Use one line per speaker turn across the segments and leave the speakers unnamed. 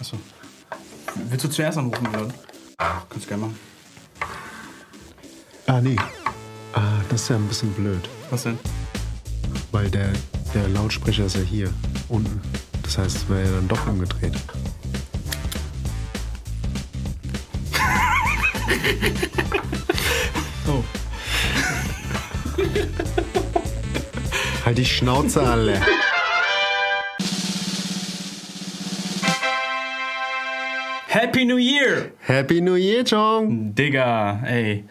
Achso. Willst du zuerst anrufen, Melon? Kannst du gerne machen.
Ah, nee. Ah, das ist ja ein bisschen blöd.
Was denn?
Weil der, der Lautsprecher ist ja hier unten. Das heißt, es wäre ja dann doch umgedreht.
Oh.
Halt die Schnauze alle.
Happy New Year!
Happy New Year, Chong.
Digga, ey.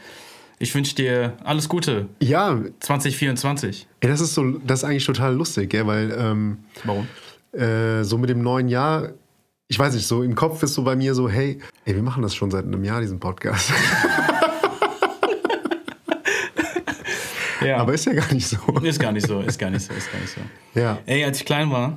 Ich wünsche dir alles Gute.
Ja, ey,
2024.
das ist so, das ist eigentlich total lustig, gell? weil ähm,
Warum?
äh, so mit dem neuen Jahr, ich weiß nicht, so im Kopf ist so bei mir so, hey, ey, wir machen das schon seit einem Jahr, diesen Podcast.
Ja.
Aber ist ja gar nicht so.
ist gar nicht so, ist gar nicht so, ist gar nicht so.
Ja. Hm.
Ey, als ich klein war,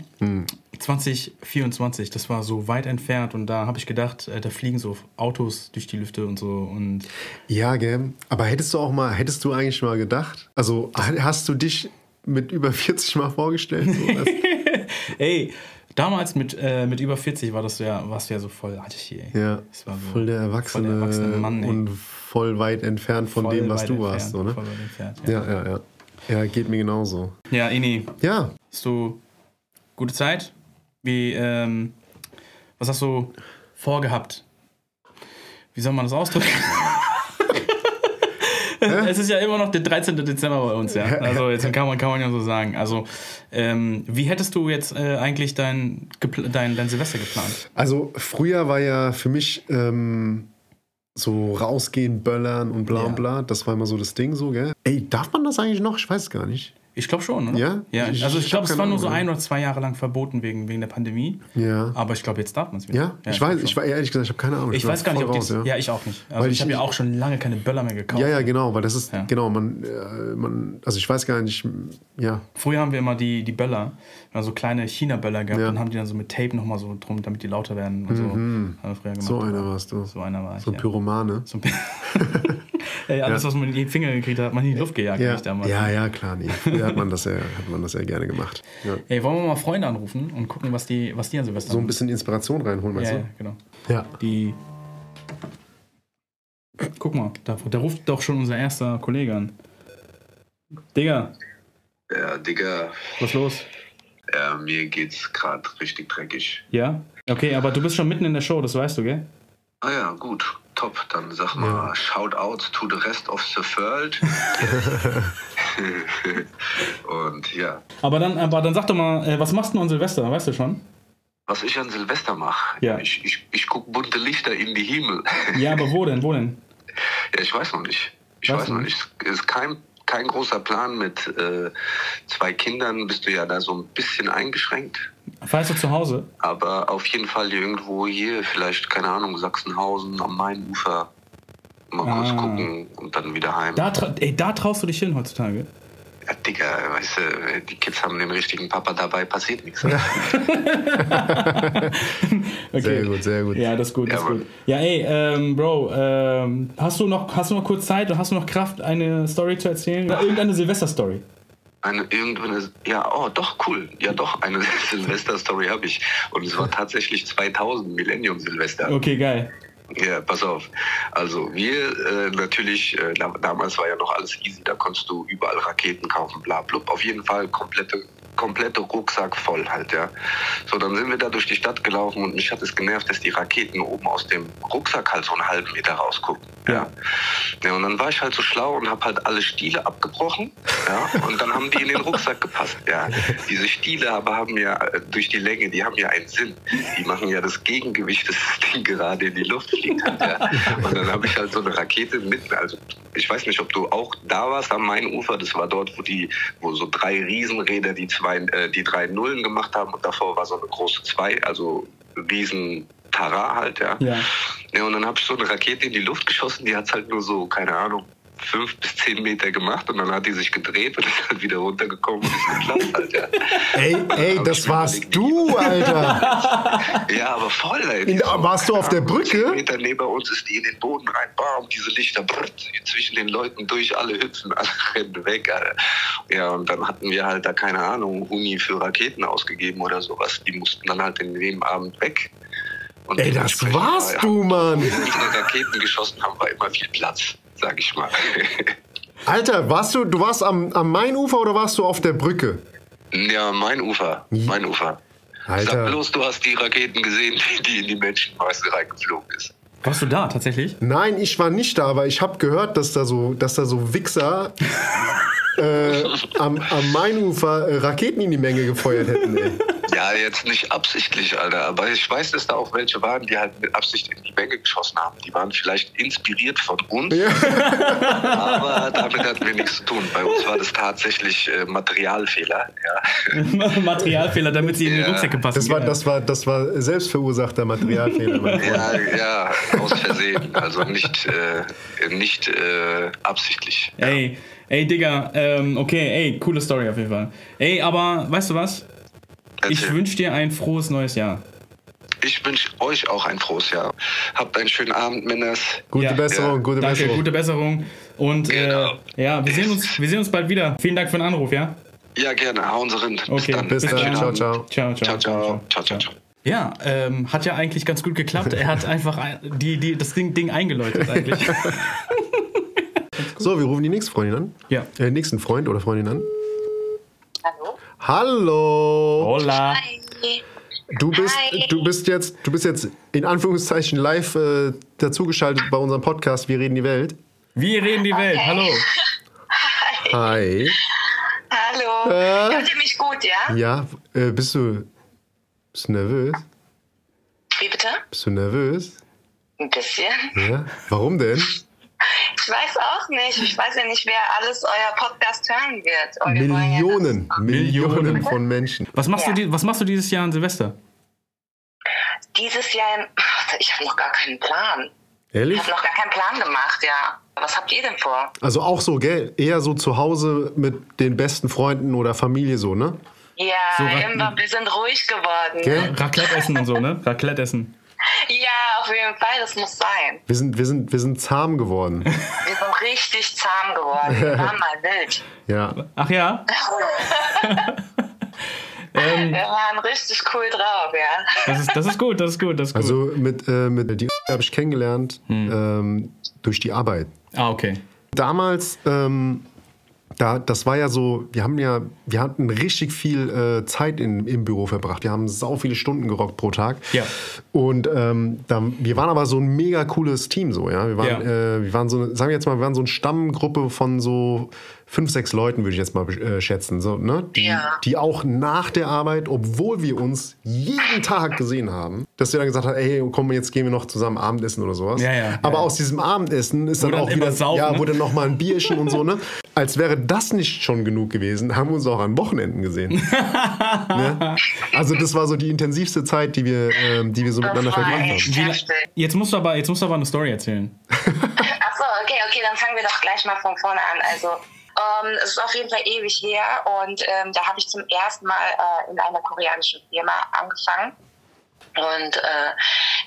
2024, das war so weit entfernt und da habe ich gedacht, äh, da fliegen so Autos durch die Lüfte und so und
Ja, gell. Aber hättest du auch mal, hättest du eigentlich mal gedacht, also ha- hast du dich mit über 40 Mal vorgestellt? So, dass,
Ey, damals mit, äh, mit über 40 war das ja, warst du ja so voll Hatschi, ey.
ja,
Das war so
voll der erwachsene,
voll der erwachsene Mann, ey.
und voll weit entfernt von
Voll
dem, was
weit
du
entfernt,
warst. So, ne?
Voll weit entfernt, ja.
Ja, ja, ja. Ja, geht mir genauso.
ja, Ini,
Ja,
hast du gute Zeit? Wie, ähm, was hast du vorgehabt? Wie soll man das ausdrücken? es ist ja immer noch der 13. Dezember bei uns, ja. Also jetzt kann man, kann man ja so sagen. Also, ähm, wie hättest du jetzt äh, eigentlich dein, gepl- dein, dein Silvester geplant?
also früher war ja für mich ähm, so rausgehen, böllern und bla
Ja.
und bla. Das war immer so das Ding so, gell? Ey, darf man das eigentlich noch? Ich weiß es gar nicht.
Ich glaube schon, oder?
Ja?
ja
Ich-
also ich
ich
glaube,
hab
es
keine
war nur so
Ahnung.
ein oder zwei Jahre lang verboten wegen, wegen der Pandemie.
Ja.
Aber ich glaube, jetzt darf man es wieder.
Ja, ich
glaub
weiß,
schon.
ich war ehrlich gesagt, ich habe keine Ahnung.
Ich
war
weiß gar nicht,
voll
ob die.
raus,
ja. ich auch nicht. Also
Weil
ich
ich
habe ja
nicht-
auch schon lange keine Böller mehr gekauft.
Ja, ja, genau, weil das ist,
Ja.
genau, man, äh, man, also ich weiß gar nicht, ja,
Früher haben wir immer die, die Böller, immer so kleine China-Böller gehabt
Ja. Mhm.
und haben die dann so mit Tape nochmal so drum, damit die lauter werden und so. Haben wir früher gemacht.
hm, so einer warst du. So,
So einer war ich.
ein
ja.
Pyromane.
So ein Py- Ey, alles, was man in die Finger gekriegt hat, hat man in die Luft gejagt,
Ja,
nicht damals.
ja, ja, klar, nee. Früher hat man das ja, hat man das ja gerne gemacht. Ja.
Ey, wollen wir mal Freunde anrufen und gucken, was die, was die an Silvester
So ein
haben?
bisschen Inspiration reinholen, meinst
Ja, ja, genau.
du? Ja.
Die. Guck mal, da, da ruft doch schon unser erster Kollege an. Digga,
Ja, Digga,
was los?
ja, mir geht's gerade richtig dreckig.
Ja? Okay, aber du bist schon mitten in der Show, das weißt du, gell?
Ah ja, gut, top. Dann sag mal, Shoutouts to the rest of the world. Und ja,
Aber dann, aber dann sag doch mal, äh, was machst du denn an Silvester, weißt du schon?
was ich an Silvester mache,
Ja.
ich, ich, ich guck bunte Lichter in die Himmel.
Ja, aber wo denn, wo denn?
ja, ich weiß noch nicht. Ich
Weißt
weiß
du
noch nicht. Es ist kein, kein großer Plan. Mit äh, zwei Kindern bist du ja da so ein bisschen eingeschränkt.
Fährst du zu Hause?
Aber auf jeden Fall irgendwo hier, vielleicht, keine Ahnung, Sachsenhausen am Mainufer. Mal kurz
Ah.
gucken und dann wieder heim.
Da, tra- ey, da traust du dich hin heutzutage.
Ja, Digga, weißt du, die Kids haben den richtigen Papa dabei, passiert nichts.
Okay.
Sehr gut, sehr gut.
Ja, das ist gut, das
Ja,
ist
Mann.
gut. Ja, ey, ähm, Bro, ähm, hast, du noch, hast du noch kurz Zeit und hast du noch Kraft, eine Story zu erzählen? Oder irgendeine Silvester-Story?
Eine irgendwann, ja, oh, doch, cool. Ja, doch, eine Silvester-Story habe ich. Und es war tatsächlich 2000, Millennium-Silvester.
Okay, geil.
Ja, pass auf. Also wir äh, natürlich, äh, da, damals war ja noch alles easy, da konntest du überall Raketen kaufen, bla blub. Auf jeden Fall komplette, komplette Rucksack voll halt, ja. So, dann sind wir da durch die Stadt gelaufen und mich hat es genervt, dass die Raketen oben aus dem Rucksack halt so einen halben Meter rausgucken. Ja. ja und dann war ich halt so schlau und habe halt alle Stiele abgebrochen. Ja, und dann haben die in den Rucksack gepasst. Ja. Diese Stiele aber haben ja äh, durch die Länge, die haben ja einen Sinn. Die machen ja das Gegengewicht, dass das Ding gerade in die Luft fliegt. Hat, ja. Und dann habe ich halt so eine Rakete mitten. Also ich weiß nicht, ob du auch da warst am Mainufer. Das war dort, wo die, wo so drei Riesenräder die zwei, äh, die drei Nullen gemacht haben und davor war so eine große zwei, also riesen Tara halt, ja.
Ja.
Ja, und dann habe ich so eine Rakete in die Luft geschossen, die hat halt nur so, keine Ahnung, fünf bis zehn Meter gemacht und dann hat die sich gedreht und ist halt wieder runtergekommen und ist geplatzt halt, ja.
Ey, ey,
Hab ich
das
mir
warst
überlegt.
du, Alter.
Ja, aber voll, ey.
In,
Die so,
ah, warst du auf der
Zehn
Brücke?
Meter neben uns ist die in den Boden rein, bam, diese Lichter brrrt, zwischen den Leuten durch, alle hüpfen, alle rennen weg, Alter. Ja, und dann hatten wir halt da, keine Ahnung, Uni für Raketen ausgegeben oder sowas. Die mussten dann halt in dem Abend weg. Und
Ey, das
dementsprechend
warst
war-
du, Mann.
Wenn nicht nur Raketen geschossen haben, war immer viel Platz, sag ich mal.
Alter, warst du, du warst am, am Mainufer oder warst du auf der Brücke?
ja, mein Ufer, mein Ufer. Sag
Alter.
bloß, du hast die Raketen gesehen, die in die Menschenmasse reingeflogen ist.
Warst du da tatsächlich?
Nein, ich war nicht da, aber ich habe gehört, dass da so, dass da so Wichser äh, am, am Mainufer äh, Raketen in die Menge gefeuert hätten. Ey.
Ja, jetzt nicht absichtlich, Alter, aber ich weiß, dass da auch welche waren, die halt mit Absicht in die Menge geschossen haben. Die waren vielleicht inspiriert von uns, aber damit hatten wir nichts zu tun. Bei uns war das tatsächlich äh, Materialfehler. Ja.
Mhm. Materialfehler, damit sie in die
Ja.
Rucksäcke passen.
Das war,
Geil.
das war, das war selbstverursachter Materialfehler. mein Freund.
Ja, ja, aus Versehen. Also nicht, äh, nicht äh, absichtlich.
Ey, ey, Digga, ähm, okay, ey, coole Story auf jeden Fall. Ey, aber weißt du was? Ich
Erzähl.
wünsche dir ein frohes neues Jahr.
Ich wünsche euch auch ein frohes Jahr. Habt einen schönen Abend, Männers.
Gute
Ja.
Besserung,
Ja.
gute
Danke,
Besserung.
gute Besserung. Und
Genau.
äh, ja, wir sehen, uns, wir sehen uns bald wieder. Vielen Dank für den Anruf, ja?
Ja, gerne. Hauen Sie rein.
Okay,
Bis
Bis
dann,
dann.
ciao, ciao.
Ciao, ciao.
Ciao, ciao. Ciao, ciao, ciao.
Ja, ähm, hat ja eigentlich ganz gut geklappt. Er hat einfach ein- die, die, das Ding, Ding eingeläutet eigentlich.
So, wir rufen die nächste Freundin an.
ja.
Äh, nächsten Freund oder Freundin an.
Hallo?
Hallo!
Hola.
Hi.
Du bist,
Hi.
du bist jetzt, du bist jetzt in Anführungszeichen live äh, dazugeschaltet bei unserem Podcast Wir reden die Welt.
Wir reden die Welt. Hallo.
Hi.
Hallo.
Äh.
Hört ihr mich gut, ja?
Ja, äh, bist du. Bist du nervös?
Wie bitte?
Bist du nervös?
Ein bisschen.
Ja. Warum denn?
Ich weiß auch nicht. Ich weiß ja nicht, wer alles euer Podcast hören wird. Und wir wollen ja das-
Millionen, Millionen
Millionen.
von Menschen.
Was machst,
Ja.
du, die- was machst du dieses Jahr an Silvester?
Dieses Jahr, im- ich habe noch gar keinen Plan. Ich
Ehrlich?
habe noch gar keinen Plan gemacht, ja. Was habt ihr denn vor?
Also auch so, gell? Eher so zu Hause mit den besten Freunden oder Familie so, ne?
Ja,
So, Ra-
immer, wir sind ruhig geworden.
Gell?
Raclette essen und so, ne? Raclette essen.
Ja, auf jeden Fall, das muss sein.
Wir sind, wir sind, wir sind zahm geworden.
Wir sind richtig zahm geworden. Wir waren mal wild.
Ja.
Ach ja? ähm,
Wir waren richtig cool drauf, ja.
das, ist, das ist gut, das ist gut, das ist gut.
Also mit, äh, mit die habe ich kennengelernt ähm, durch die Arbeit.
ah, okay.
Damals, ähm, da, das war ja so, wir haben ja, wir hatten richtig viel äh, Zeit in, im Büro verbracht. Wir haben sau viele Stunden gerockt pro Tag.
Ja.
Und ähm, da, wir waren aber so ein mega cooles Team so, ja. Wir waren, äh, wir waren so, eine- sagen wir jetzt mal, wir waren so eine Stammgruppe von so fünf, sechs Leuten, würde ich jetzt mal äh, schätzen, so, ne? Die,
Ja.
die auch nach der Arbeit, obwohl wir uns jeden Tag gesehen haben, dass wir dann gesagt haben, ey, komm, jetzt gehen wir noch zusammen Abendessen oder sowas.
Ja, ja,
aber
ja.
aus diesem Abendessen ist dann
dann
auch
immer
wieder,
saufen,
ja,
ne?
wo dann noch mal ein Bierchen und so, ne? Als wäre das nicht schon genug gewesen, haben wir uns auch an Wochenenden gesehen. ne? Also das war so die intensivste Zeit, die wir, ähm, die wir so
Das
miteinander
war
verbracht
echt
haben.
heftig.
Jetzt musst du aber, jetzt musst du aber eine Story erzählen.
Achso, okay, okay, dann fangen wir doch gleich mal von vorne an. Also, ähm, es ist auf jeden Fall ewig her und ähm, da habe ich zum ersten Mal äh, in einer koreanischen Firma angefangen. Und äh,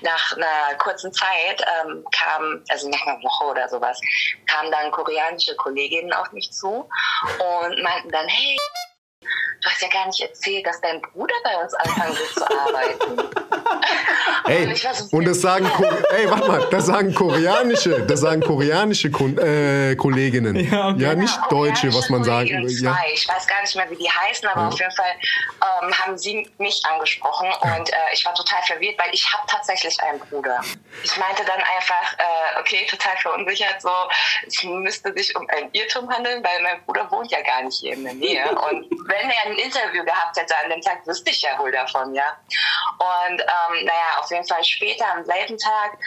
nach einer kurzen Zeit ähm, kam, also nach einer Woche oder sowas, kamen dann koreanische Kolleginnen auf mich zu und meinten dann, hey, du hast ja gar nicht erzählt, dass dein Bruder bei uns anfangen wird zu arbeiten.
Ey,
Ich weiß es
und
nicht.
das sagen, Ko- ey, warte mal, das sagen koreanische, das sagen koreanische Kun äh, Kolleginnen.
Ja, okay.
nicht deutsche, was man sagt.
Kollegen
Ja.
Genau, zwei. Ich weiß gar nicht mehr, wie die heißen, aber auf jeden Fall ähm, haben sie mich angesprochen und äh, ich war total verwirrt, weil ich habe tatsächlich einen Bruder. Ich meinte dann einfach, äh, okay, total verunsichert, so, es müsste sich um einen Irrtum handeln, weil mein Bruder wohnt ja gar nicht hier in der Nähe. Und wenn er ein Interview gehabt hätte an dem Tag, wüsste ich ja wohl davon, ja. Und ähm, naja, auf jeden Fall später am selben Tag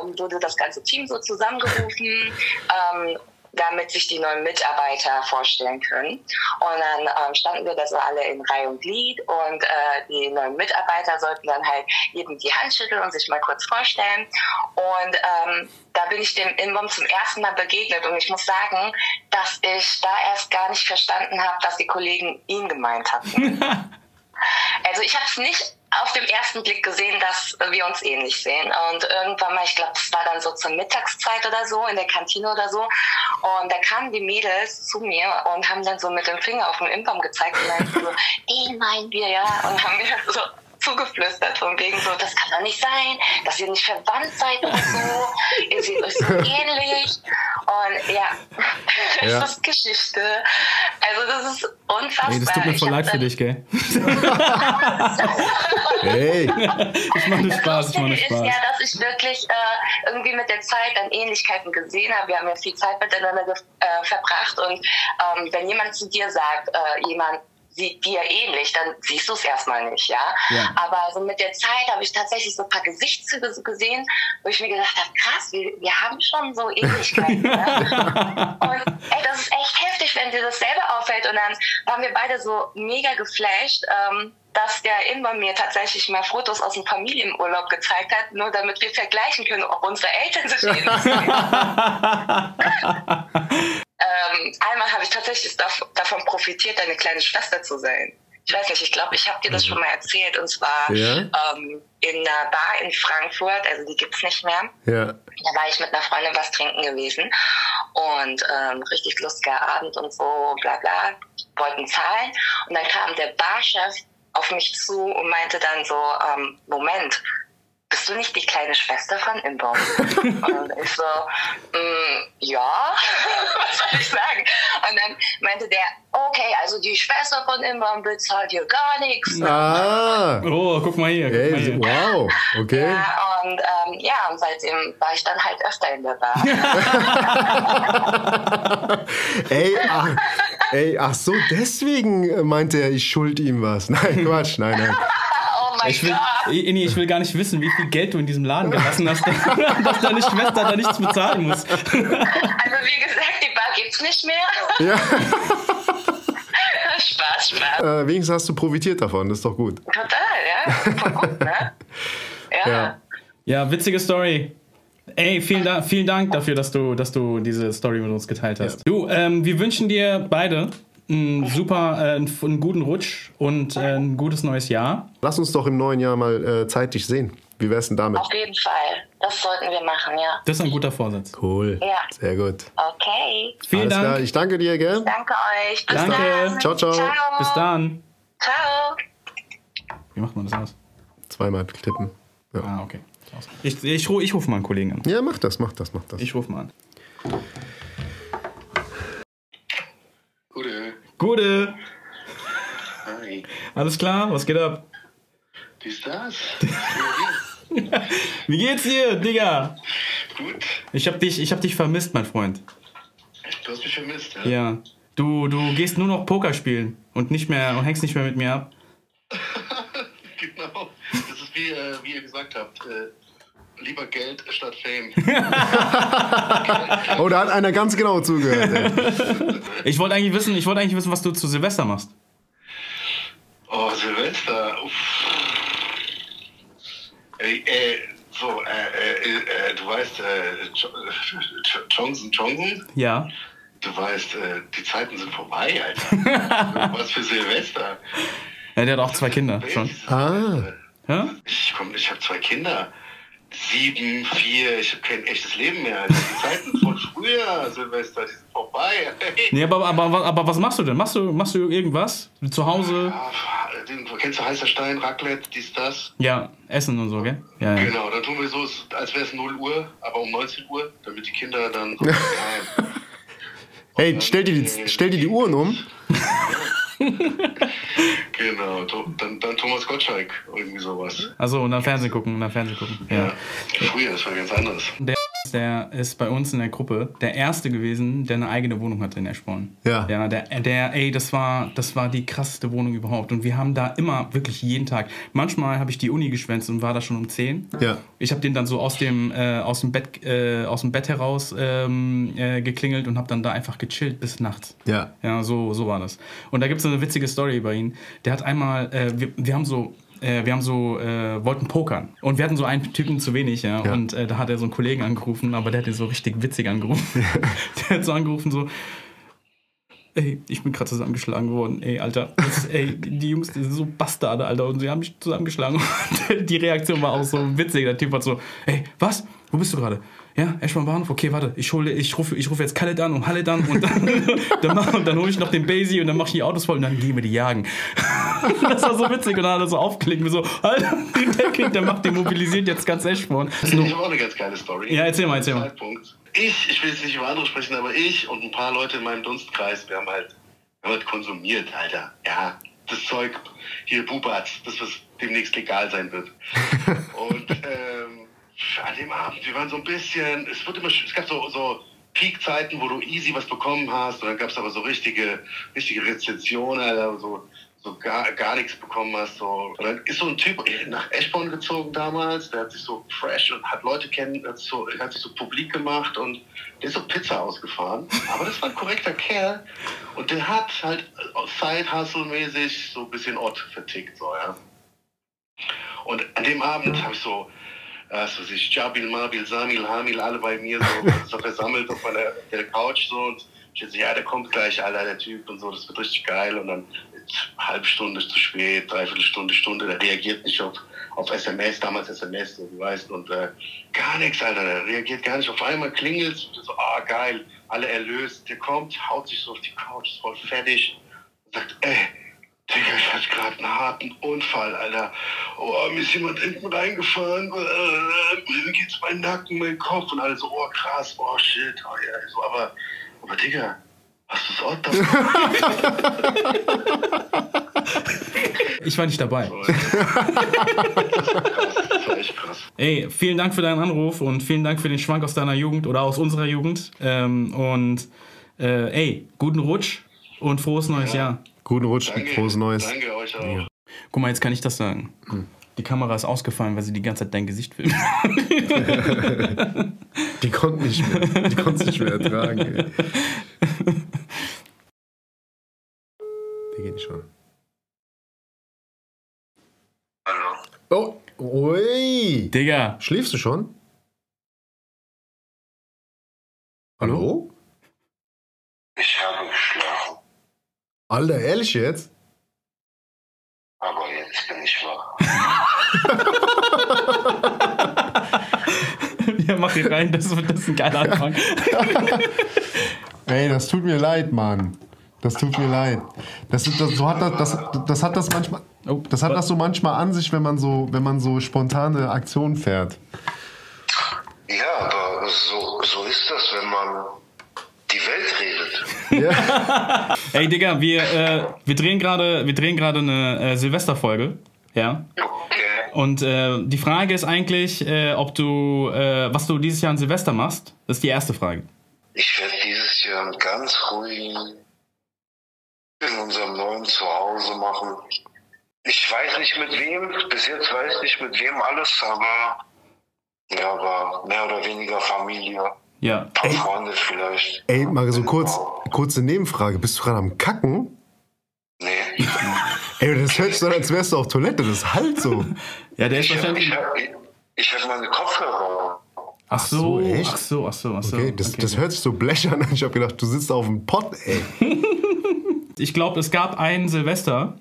ähm, wurde das ganze Team so zusammengerufen. Ähm, damit sich die neuen Mitarbeiter vorstellen können. Und dann ähm, standen wir da so alle in Reihe und Glied und äh, die neuen Mitarbeiter sollten dann halt jedem die Hand schütteln und sich mal kurz vorstellen. Und ähm, da bin ich dem Inbom zum ersten Mal begegnet und ich muss sagen, dass ich da erst gar nicht verstanden habe, dass die Kollegen ihn gemeint hatten. also ich habe es nicht auf dem ersten Blick gesehen, dass wir uns ähnlich sehen. Und irgendwann mal, ich glaube, das war dann so zur Mittagszeit oder so, in der Kantine oder so. Und da kamen die Mädels zu mir und haben dann so mit dem Finger auf den Impfbaum gezeigt und dann so, den meinen wir ja. Und haben mir so zugeflüstert, von wegen so, das kann doch nicht sein, dass ihr nicht verwandt seid und so, ihr seht euch so ähnlich. Und ja,
Ja.
das ist Geschichte. Also das ist unfassbar.
Ey, das tut mir
Ich
voll
hab
leid für
dann-
dich, gell?
Hey,
Ich mache nur Spaß, ich mache nur
Lustige ist
Spaß.
ja, dass ich wirklich äh, irgendwie mit der Zeit an Ähnlichkeiten gesehen habe. Wir haben ja viel Zeit miteinander ge- äh, verbracht und ähm, wenn jemand zu dir sagt, äh, jemand sieht dir ähnlich, dann siehst du es erstmal nicht, ja?
Ja.
Aber so mit der Zeit habe ich tatsächlich so ein paar Gesichtszüge so gesehen, wo ich mir gedacht habe, krass, wir, wir haben schon so Ähnlichkeiten. ne? Und ey, das ist echt heftig, wenn dir das selber auffällt. Und dann waren wir beide so mega geflasht, ähm, dass der Inba mir tatsächlich mal Fotos aus dem Familienurlaub gezeigt hat, nur damit wir vergleichen können, ob unsere Eltern sich ähnlich sehen. ähm, einmal habe ich tatsächlich dav davon profitiert, deine kleine Schwester zu sein. Ich weiß nicht, ich glaube, ich habe dir das schon mal erzählt. Und zwar
Ja.
ähm, in einer Bar in Frankfurt, also die gibt's nicht mehr.
ja.
Da war ich mit einer Freundin was trinken gewesen und ähm, richtig lustiger Abend und so, bla bla, wollten zahlen. Und dann kam der Barchef auf mich zu und meinte dann so, ähm, Moment, bist du nicht die kleine Schwester von Imbaum? und ich so, "Mm, ja, was soll ich sagen? Und dann meinte der, okay, also die Schwester von Imbaum bezahlt hier gar nichts.
Ah,
Oh, guck mal hier. Guck mal
hey,
hier.
wow, okay.
Ja, und ähm, ja, und seitdem war ich dann halt öfter in der Bar.
Ey, ach, ey, ach so, deswegen äh, meinte er, ich schuld ihm was. Nein, Quatsch, nein, nein.
oh mein
Ich will,
Gott.
Inni, ich will gar nicht wissen, wie viel Geld du in diesem Laden gelassen hast, dass deine Schwester da nichts bezahlen muss.
Also wie gesagt, die Bar gibt's nicht mehr.
Ja.
Spaß, Spaß.
Äh, wenigstens hast du profitiert davon, das ist doch gut.
Total, ja. Voll gut, ne? Ja.
Ja.
Ja, witzige Story. Ey, vielen, da vielen Dank dafür, dass du, dass du diese Story mit uns geteilt hast. Du, ähm, wir wünschen dir beide einen super, äh, einen, einen guten Rutsch und äh, ein gutes neues Jahr.
Lass uns doch im neuen Jahr mal äh, zeitlich sehen. Wie wär's denn damit?
Auf jeden Fall. Das sollten wir machen, ja.
Das ist ein guter Vorsatz.
Cool.
Ja.
Sehr gut.
Okay.
Vielen
Alles klar,
Dank.
ich danke dir, gell?
Danke euch. Bis
Danke.
dann.
Ciao, ciao.
ciao.
Bis dann.
Ciao.
Wie macht man das aus?
Zweimal klippen. Ja.
Ah, okay. Ich, ich, ru- ich rufe mal einen Kollegen an.
ja, mach das, mach das, mach das.
Ich rufe mal an.
Gute.
Gute.
Hi.
Alles klar, was geht ab?
Wie ist das?
Wie geht's dir, Digga?
Gut.
Ich hab dich, ich hab dich vermisst, mein Freund.
Du hast mich vermisst, ja?
Ja. Du, du gehst nur noch Poker spielen und nicht mehr und hängst nicht mehr mit mir ab.
Genau. Das ist wie, äh, wie ihr gesagt habt. Äh, lieber Geld statt Fame.
Oh, da hat einer ganz genau zugehört. Ey.
Ich wollte eigentlich wissen, ich wollte eigentlich wissen, was du zu Silvester machst.
Oh, Silvester. Uff. Ey, äh, so, äh, äh, äh, du weißt, äh, Jo- Jo- Johnson, Johnson,
Ja.
du weißt, äh, die Zeiten sind vorbei, Alter. Was für Silvester.
ja der hat auch zwei Kinder schon.
Ah.
Hä?
Ich komm, ich habe zwei Kinder. Sieben, vier, ich habe kein echtes Leben mehr. Alter. Die Zeiten von früher, Silvester, die sind vorbei.
Nee, aber, aber, aber, aber was machst du denn? Machst du, machst du irgendwas? Zu Hause?
Ah, den- Kennst du heißer Stein, Raclette, dies, das?
Ja, Essen und so, gell? Ja, ja.
Genau, dann tun wir so, es- als wäre es 0 Uhr, aber um 19 Uhr, damit die Kinder dann.
Hey, stell dir, die, stell dir die Uhren um.
genau, to- dann, dann Thomas Gottschalk, irgendwie sowas.
Also und dann Fernsehen gucken, und dann Fernsehen gucken. Ja.
Ja. Früher, das war ganz anders.
Der ist bei uns in der Gruppe der erste gewesen, der eine eigene Wohnung hatte in Eschborn.
Ja.
Ja, der, der, ey, das war, das war die krasseste Wohnung überhaupt. Und wir haben da immer, wirklich jeden Tag. Manchmal habe ich die Uni geschwänzt und war da schon um 10.
Ja.
Ich habe den dann so aus dem, äh, aus dem Bett, äh, aus dem Bett heraus ähm, äh, geklingelt und habe dann da einfach gechillt bis nachts.
Ja.
Ja, so, so war das. Und da gibt es eine witzige Story über ihn. Der hat einmal, äh, wir, wir haben so, äh, wir haben so, äh, wollten pokern. Und wir hatten so einen Typen zu wenig, ja.
Ja.
Und äh, da hat er so einen Kollegen angerufen, aber der hat ihn so richtig witzig angerufen. der hat so angerufen, so, ey, ich bin gerade zusammengeschlagen worden, ey, Alter. Das, ey, die Jungs die sind so Bastarde, Alter, und sie haben mich zusammengeschlagen. Und die Reaktion war auch so witzig. Der Typ hat so, ey, was? Wo bist du gerade? ja, Eschborn Bahnhof, okay, warte, ich hole, ich rufe, ich rufe jetzt Khaled an und Haled an und dann, dann, mach, und dann hole ich noch den Basie und dann mache ich die Autos voll und dann gehen wir die jagen. das war so witzig und dann hat er so aufgelegt, mir so, Alter, der Krieg, der macht, der mobilisiert jetzt ganz Eschborn.
Ich habe auch eine ganz geile Story.
Ja, erzähl mal, erzähl mal.
Zeitpunkt. Ich, ich will jetzt nicht über andere sprechen, aber ich und ein paar Leute in meinem Dunstkreis, wir haben halt, wir haben halt konsumiert, Alter. Ja, das Zeug, hier Bubatz, das was demnächst legal sein wird. Und ähm, an dem Abend, wir waren so ein bisschen, es wird immer, sch- es gab so, so Peak-Zeiten, wo du easy was bekommen hast und dann gab es aber so richtige, richtige Rezensionen, Alter, wo so, so gar, gar nichts bekommen hast. So. Und dann ist so ein Typ nach Eschborn gezogen damals, der hat sich so fresh und hat Leute kennen, hat, so, hat sich so publik gemacht und der ist so Pizza ausgefahren. Aber das war ein korrekter Kerl und der hat halt Side-Hustle-mäßig so ein bisschen Ott vertickt, so, ja. Und an dem Abend habe ich so, was weiß ich, Jabil, Mabil, Samil, Hamil, alle bei mir so, so versammelt auf meiner auf der Couch so und ich dachte, ja, der kommt gleich, Alter, der Typ und so, das wird richtig geil und dann halbe Stunde zu spät, dreiviertel Stunde, Stunde, der reagiert nicht auf, auf SMS, damals SMS, so, du weißt, und äh, gar nichts, Alter, der reagiert gar nicht, auf einmal klingelt so, ah, geil, alle erlöst, der kommt, haut sich so auf die Couch, ist voll fertig, sagt, ey, Digga, ich hatte gerade einen harten Unfall, Alter. Oh, mir ist jemand hinten reingefahren. Äh, mir geht's mein Nacken, mein Kopf und alles. So, oh, krass, oh, shit. Oh, ja. Ich so, aber, aber Digga, hast du das Ort davon?
Ich war nicht dabei.
Das war echt krass.
Ey, vielen Dank für deinen Anruf und vielen Dank für den Schwank aus deiner Jugend oder aus unserer Jugend. Ähm, und äh, ey, guten Rutsch und frohes neues Jahr.
Guten Rutsch,
Danke,
frohes Neues.
Danke euch auch.
Guck mal, jetzt kann ich das sagen. Die Kamera ist ausgefallen, weil sie die ganze Zeit dein Gesicht filmt.
Die konnten nicht mehr, die konnten nicht mehr ertragen. Ey. Der geht nicht schon.
Hallo.
Oh, ui.
Digga.
Schläfst du schon? Hallo?
Ich habe geschlafen,
Alter, ehrlich jetzt?
aber jetzt bin ich wach.
Ja, mach hier rein, das, wird- das ist ein geiler Anfang.
Ey, das tut mir leid, Mann. Das tut mir leid. Das, ist- das, so hat das, das, das hat das manchmal.
Oh,
Das hat das so manchmal an sich, wenn man so, wenn man so spontane Aktionen fährt.
Ja, aber so, so ist das, wenn man die Welt redet.
Ey, Digga, wir, äh, wir drehen gerade wir drehen gerade eine äh, Silvesterfolge. Ja.
Okay.
Und äh, die Frage ist eigentlich, äh, ob du, äh, was du dieses Jahr an Silvester machst. Das ist die erste Frage.
Ich werde dieses Jahr einen ganz ruhigen in unserem neuen Zuhause machen. Ich weiß nicht mit wem, bis jetzt weiß ich nicht mit wem alles, aber ja, aber mehr oder weniger Familie, ein
Ja.
paar Freunde vielleicht.
Ey, mal so kurz, kurze Nebenfrage. Bist du gerade am Kacken?
Nee.
Ey, das hört sich so an, als wärst du auf Toilette. Das ist halt so.
Ja, der ist
Ich habe
wahrscheinlich.
ich hab, ich hab meine Kopfhörer.
Ach so,
Ach so, echt?
ach so, ach so, ach so.
Okay, das, das hört sich so blech an. Ich habe gedacht, du sitzt auf dem Pott, ey.
Ich glaube, es gab einen Silvester.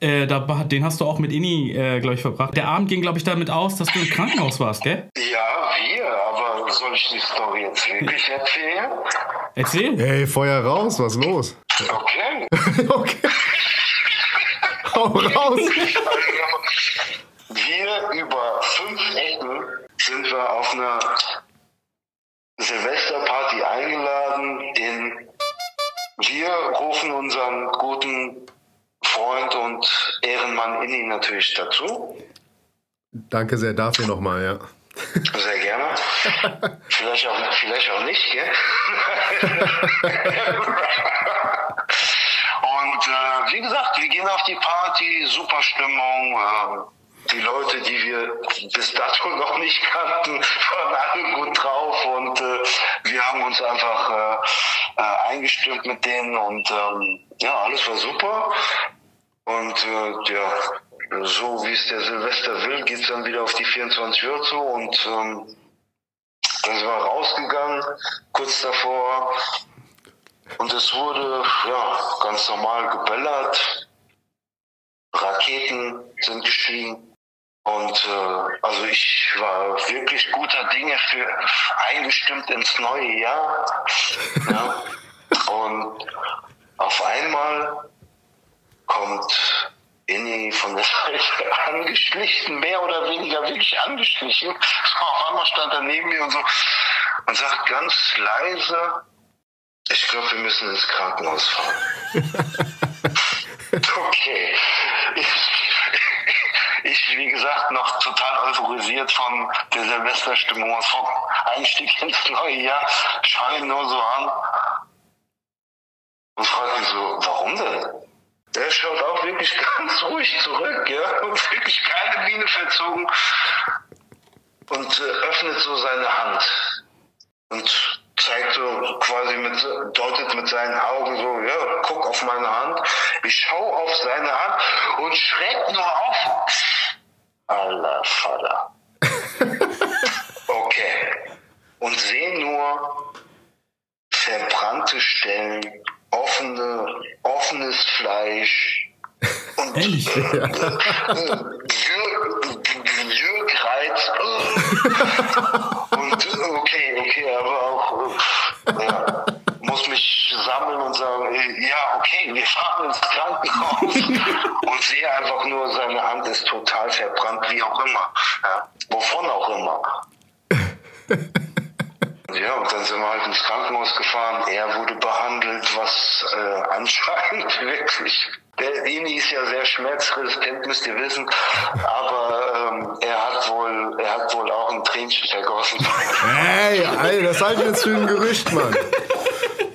Äh, da, war- den hast du auch mit Inni, äh, glaube ich, verbracht. Der Abend ging, glaube ich, damit aus, dass du im Krankenhaus warst, gell?
Ja, wir, aber soll ich die Story jetzt wirklich erzählen?
Erzähl.
Ey, Feuer raus, was los?
Okay.
Okay. Hau raus.
Wir über fünf Ecken sind wir auf einer Silvesterparty eingeladen, in wir rufen unseren guten Freund und Ehrenmann Inni natürlich dazu.
Danke sehr dafür nochmal, ja.
Sehr gerne. Vielleicht auch, vielleicht auch nicht, gell? Und äh, wie gesagt, wir gehen auf die Party, super Stimmung. ähm, die Leute, die wir bis dato noch nicht kannten, waren alle gut drauf und äh, wir haben uns einfach äh, äh, eingestimmt mit denen und ähm, ja, alles war super. Und äh, ja, so wie es der Silvester will, geht's dann wieder auf die 24 Uhr zu und ähm, dann sind wir rausgegangen, kurz davor. Und es wurde ja ganz normal gebellert. Raketen sind gestiegen. Und äh, also ich war wirklich guter Dinge für eingestimmt ins neue Jahr. Ja. Und auf einmal kommt Inni von der Seite angeschlichen, mehr oder weniger wirklich angeschlichen. Auf einmal stand er neben mir und so und sagt ganz leise, ich glaube, wir müssen ins Krankenhaus fahren. okay. ich, wie gesagt, noch total euphorisiert von der Silvesterstimmung aus vom Einstieg ins neue Jahr, schaue ihn nur so an und frage ihn so, warum denn? Der schaut auch wirklich ganz ruhig zurück, ja, und wirklich keine Miene verzogen und äh, öffnet so seine Hand und zeigt so quasi mit, deutet mit seinen Augen so, ja, guck auf meine Hand. Ich schaue auf seine Hand und schreck nur auf. Aller Vater. Okay. Und sehe nur verbrannte Stellen, offene, offenes Fleisch. Und
Ehrlich? Ja.
Jürg, Jürg Reitz. Und äh, okay, okay, aber auch äh, ja, muss mich sammeln und sagen, äh, ja, okay, wir fahren ins Krankenhaus. und sehe einfach nur, seine Hand ist total verbrannt, wie auch immer. Ja, wovon auch immer. Ja, und dann sind wir halt ins Krankenhaus gefahren. Er wurde behandelt, was äh, anscheinend wirklich. Der Ini ist ja sehr schmerzresistent, müsst ihr wissen. Aber ähm, er hat wohl, er hat wohl auch ein Tränchen vergossen.
Ey, ey, das halte ich jetzt für ein Gerücht, Mann.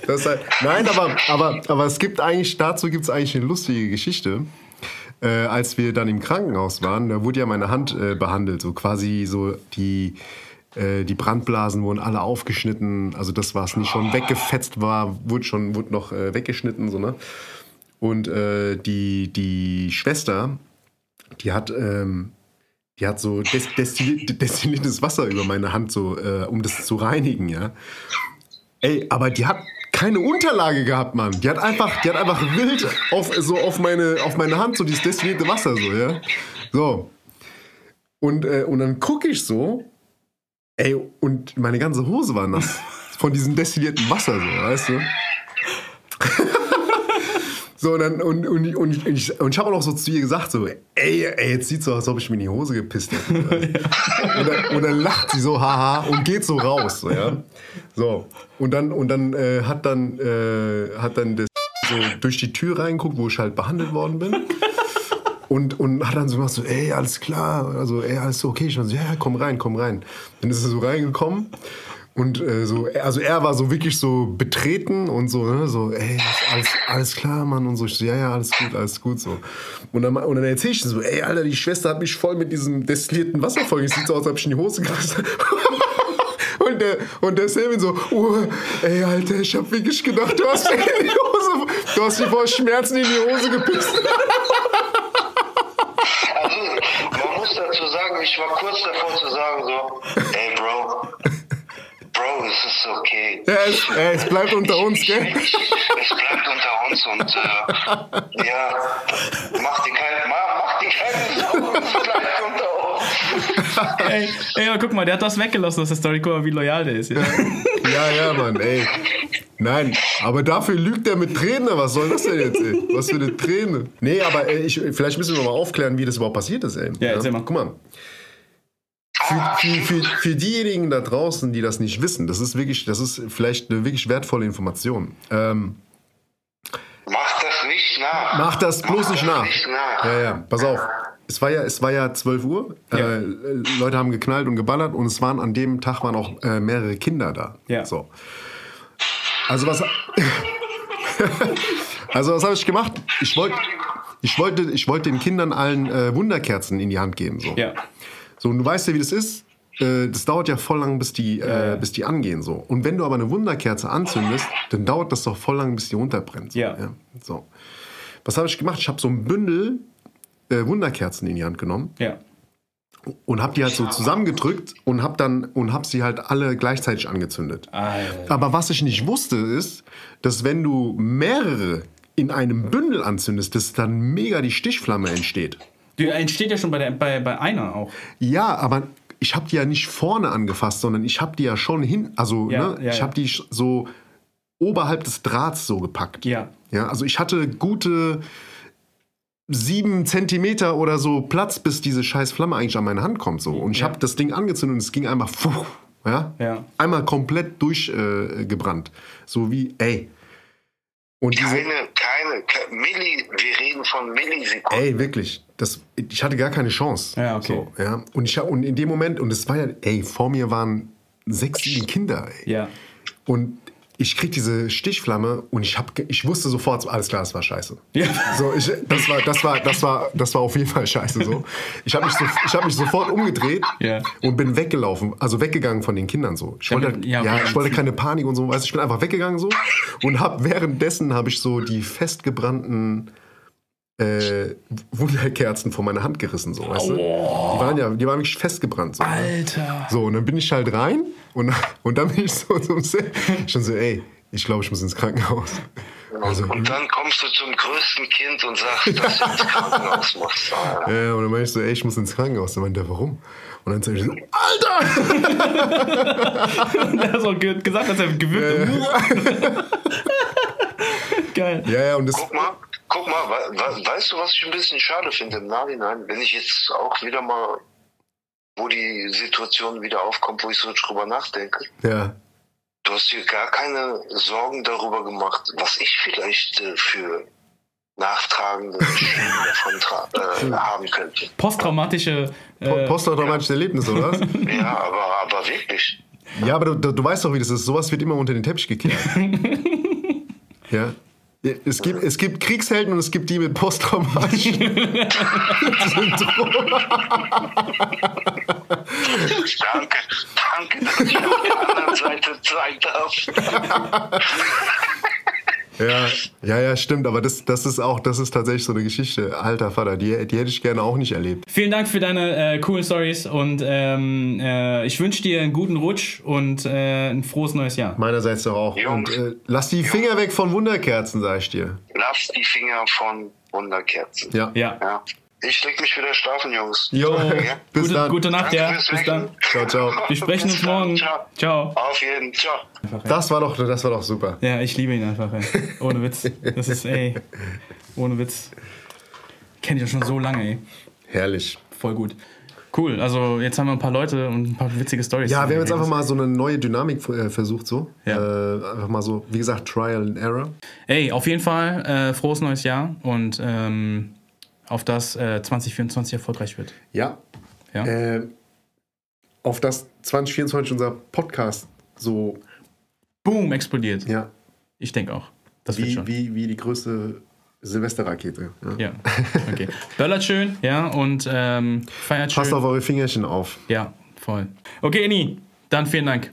Das halt, nein, aber, aber, aber es gibt eigentlich, dazu gibt es eigentlich eine lustige Geschichte. Äh, als wir dann im Krankenhaus waren, da wurde ja meine Hand äh, behandelt, so quasi so die, äh, die Brandblasen wurden alle aufgeschnitten, also das, was nicht schon weggefetzt war, wurde schon wurde noch äh, weggeschnitten, so, ne? Und äh, die, die Schwester, die hat, ähm, die hat so des, destilli- destilliertes Wasser über meine Hand, so, äh, um das zu reinigen, ja. Ey, aber die hat keine Unterlage gehabt, Mann. Die hat einfach, die hat einfach wild auf, so auf, meine, auf meine Hand so dieses destillierte Wasser, so, ja. So. Und, äh, und dann gucke ich so, ey, und meine ganze Hose war nass. Von diesem destillierten Wasser, so, weißt du? So, und, dann, und, und, und, ich- und ich, und ich habe auch noch so zu ihr gesagt, so, ey, ey, jetzt sieht so aus, als ob ich mir in die Hose gepisst hätte. und, dann, und dann lacht sie so, haha, und geht so raus. So, ja? so und dann, und dann äh, hat dann, äh, hat dann das so durch die Tür reingeguckt, wo ich halt behandelt worden bin. Und, und hat dann so gemacht, so, ey, alles klar, also, ey, alles okay. Ich war so, ja, ja, komm rein, komm rein. Dann ist er so reingekommen. Und äh, so, also er war so wirklich so betreten und so, ne, so, ey, ist alles, alles klar, Mann, und so, ich so, ja, ja, alles gut, alles gut, so. Und dann, und dann erzähl ich ihm so, ey, Alter, die Schwester hat mich voll mit diesem destillierten Wasser voll, sieht so aus, als ob ich in die Hose gerissen Und der, und der Selvin so, oh, ey, Alter, ich hab wirklich gedacht, du hast mir in die Hose, du hast mir vor Schmerzen in die Hose gepisst.
Also, man muss dazu sagen, ich war kurz davor zu sagen, so, ey, Bro, Bro, es ist okay.
Ja, es, ja, es bleibt unter uns, gell?
Ich, es bleibt unter uns und äh, ja, mach dir keine, mach, mach dir keine Sorgen, es bleibt unter uns.
Ey, ey, aber guck mal, der hat das weggelassen aus der Story. Guck mal, wie loyal der ist. Ja.
Ja, ja, Mann, ey. Nein, aber dafür lügt er mit Tränen. Was soll das denn jetzt, ey? Was für eine Träne? Nee, aber ey, ich, vielleicht müssen wir mal aufklären, wie das überhaupt passiert ist, ey.
Ja, erzähl mal.
Guck mal. Für, für, für, für diejenigen da draußen, die das nicht wissen, das ist wirklich, das ist vielleicht eine wirklich wertvolle Information. Ähm,
Mach das nicht nach.
mach das bloß nicht nach.
Nicht nach.
Ja, ja, pass auf. Es war ja, es war ja 12 Uhr.
Ja.
Äh, Leute haben geknallt und geballert und es waren an dem Tag waren auch äh, mehrere Kinder da.
Ja.
So. Also was, also was habe ich gemacht? Ich wollte, ich wollte, ich wollte den Kindern allen äh, Wunderkerzen in die Hand geben. So.
ja.
So, und du weißt ja, wie das ist. Äh, Das dauert ja voll lang, bis die,
Ja, ja.
äh, bis die angehen. So. Und wenn du aber eine Wunderkerze anzündest, dann dauert das doch voll lang, bis die runterbrennt. So,
Ja.
so. Was habe ich gemacht? Ich habe so ein Bündel äh, Wunderkerzen in die Hand genommen
Ja.
und habe die halt so zusammengedrückt und habe dann und habe sie halt alle gleichzeitig angezündet.
Alter.
Aber was ich nicht wusste ist, dass wenn du mehrere in einem Bündel anzündest, dass dann mega die Stichflamme entsteht.
Die entsteht ja schon bei, der, bei, bei einer auch.
Ja, aber ich habe die ja nicht vorne angefasst, sondern ich habe die ja schon hin, also
Ja,
ne,
ja,
ich
ja.
habe die sch- so oberhalb des Drahts so gepackt.
Ja.
Ja, also ich hatte gute sieben Zentimeter oder so Platz, bis diese scheiß Flamme eigentlich an meine Hand kommt so. Und ich
Ja.
habe das Ding angezündet und es ging einmal, fuh, ja,
Ja.
einmal komplett durchgebrannt. Äh, gebrannt. so wie, ey. Und diese,
Keine, keine, ke- Milli, wir reden von Millisekunden.
Ey, wirklich. Das, ich hatte gar keine Chance.
Ja, okay.
So, ja. Und, ich, hab- und in dem Moment, und es war ja, ey, vor mir waren sechs, sieben Kinder, ey.
Ja.
Und ich krieg diese Stichflamme und ich, hab, ge- ich wusste sofort, alles klar, das war scheiße.
Ja.
So, ich, das, war, das, war, das, war, das war auf jeden Fall scheiße. So. Ich habe mich, so, ich hab mich sofort umgedreht
Ja.
und bin weggelaufen, also weggegangen von den Kindern. So. Ich, wollte, halt,
ja,
ja,
okay.
ich wollte keine Panik und so. Weißt, du, ich bin einfach weggegangen so und hab, währenddessen habe ich so die festgebrannten äh, Wunderkerzen von meiner Hand gerissen. So, weißt du? Die waren ja die waren wirklich festgebrannt. So, ne?
Alter.
So, und dann bin ich halt rein und, und dann bin ich so zum Se- schon so, ey, ich glaube, ich muss ins Krankenhaus. Also,
Und dann kommst du zum größten Kind und sagst, dass du ins Krankenhaus musst. Alter.
äh, und dann meinte ich so, ey, ich muss ins Krankenhaus. Dann meinte er, warum? Und dann sag ich so, Alter!
Er hat auch ge- gesagt, dass er gewürgt hat. Geil.
Ja, ja, und das,
Guck mal, guck mal, we we weißt du, was ich ein bisschen schade finde im Nachhinein, wenn ich jetzt auch wieder mal, wo die Situation wieder aufkommt, wo ich so drüber nachdenke,
ja,
du hast dir gar keine Sorgen darüber gemacht, was ich vielleicht äh, für nachtragende Schäden davon tra- äh, haben könnte.
Posttraumatische.
Po-
Äh,
posttraumatisches Erlebnis, oder was?
Ja, aber, aber wirklich.
Ja, aber du, du, du weißt doch, wie das ist. Sowas wird immer unter den Teppich gekehrt. ja. Es gibt, es gibt Kriegshelden und es gibt die mit posttraumatischem Syndrom.
Danke, danke, dass ich auf der anderen Seite sein darf.
Ja, ja, ja, stimmt. Aber das, das ist auch, das ist tatsächlich so eine Geschichte. Alter Vater, die, die hätte ich gerne auch nicht erlebt.
vielen Dank für deine äh, coolen Stories und ähm, äh, ich wünsche dir einen guten Rutsch und äh, ein frohes neues Jahr.
Meinerseits doch auch.
Jungs.
Und äh, lass die Finger weg von Wunderkerzen, sag ich dir.
Lass die Finger von Wunderkerzen.
Ja.
Ja.
Ja. Ich leg mich wieder schlafen, Jungs.
Jo,
Ja.
bis
Gute,
dann.
gute Nacht,
Danke
ja.
fürs
Bis dann.
Wecken.
Ciao, ciao.
Wir sprechen
Bis
uns
dann.
morgen.
Ciao.
Ciao.
Auf jeden Fall. Ciao.
Das war doch, das war doch super.
Ja, ich liebe ihn einfach, ey. Ohne Witz. Das ist, ey. Ohne Witz. Kenne ich ja schon so lange, ey.
Herrlich.
Voll gut. Cool, also jetzt haben wir ein paar Leute und ein paar witzige Stories.
Ja, wir haben jetzt einfach mal so eine neue Dynamik äh, versucht, so.
Ja.
Äh, einfach mal so, wie gesagt, Trial and Error.
Ey, auf jeden Fall äh, frohes neues Jahr und ähm, auf das äh, 2024 erfolgreich wird.
Ja.
Ja.
Äh, auf das 2024 unser Podcast so,
Boom, explodiert.
ja,
Ich denke auch. Das wird
wie,
schon.
wie, wie die größte Silvesterrakete. Ja.
Ja, okay. Böllert schön, ja, und ähm, feiert schön.
Passt auf eure Fingerchen auf.
Ja, voll. Okay, Inni, dann vielen Dank.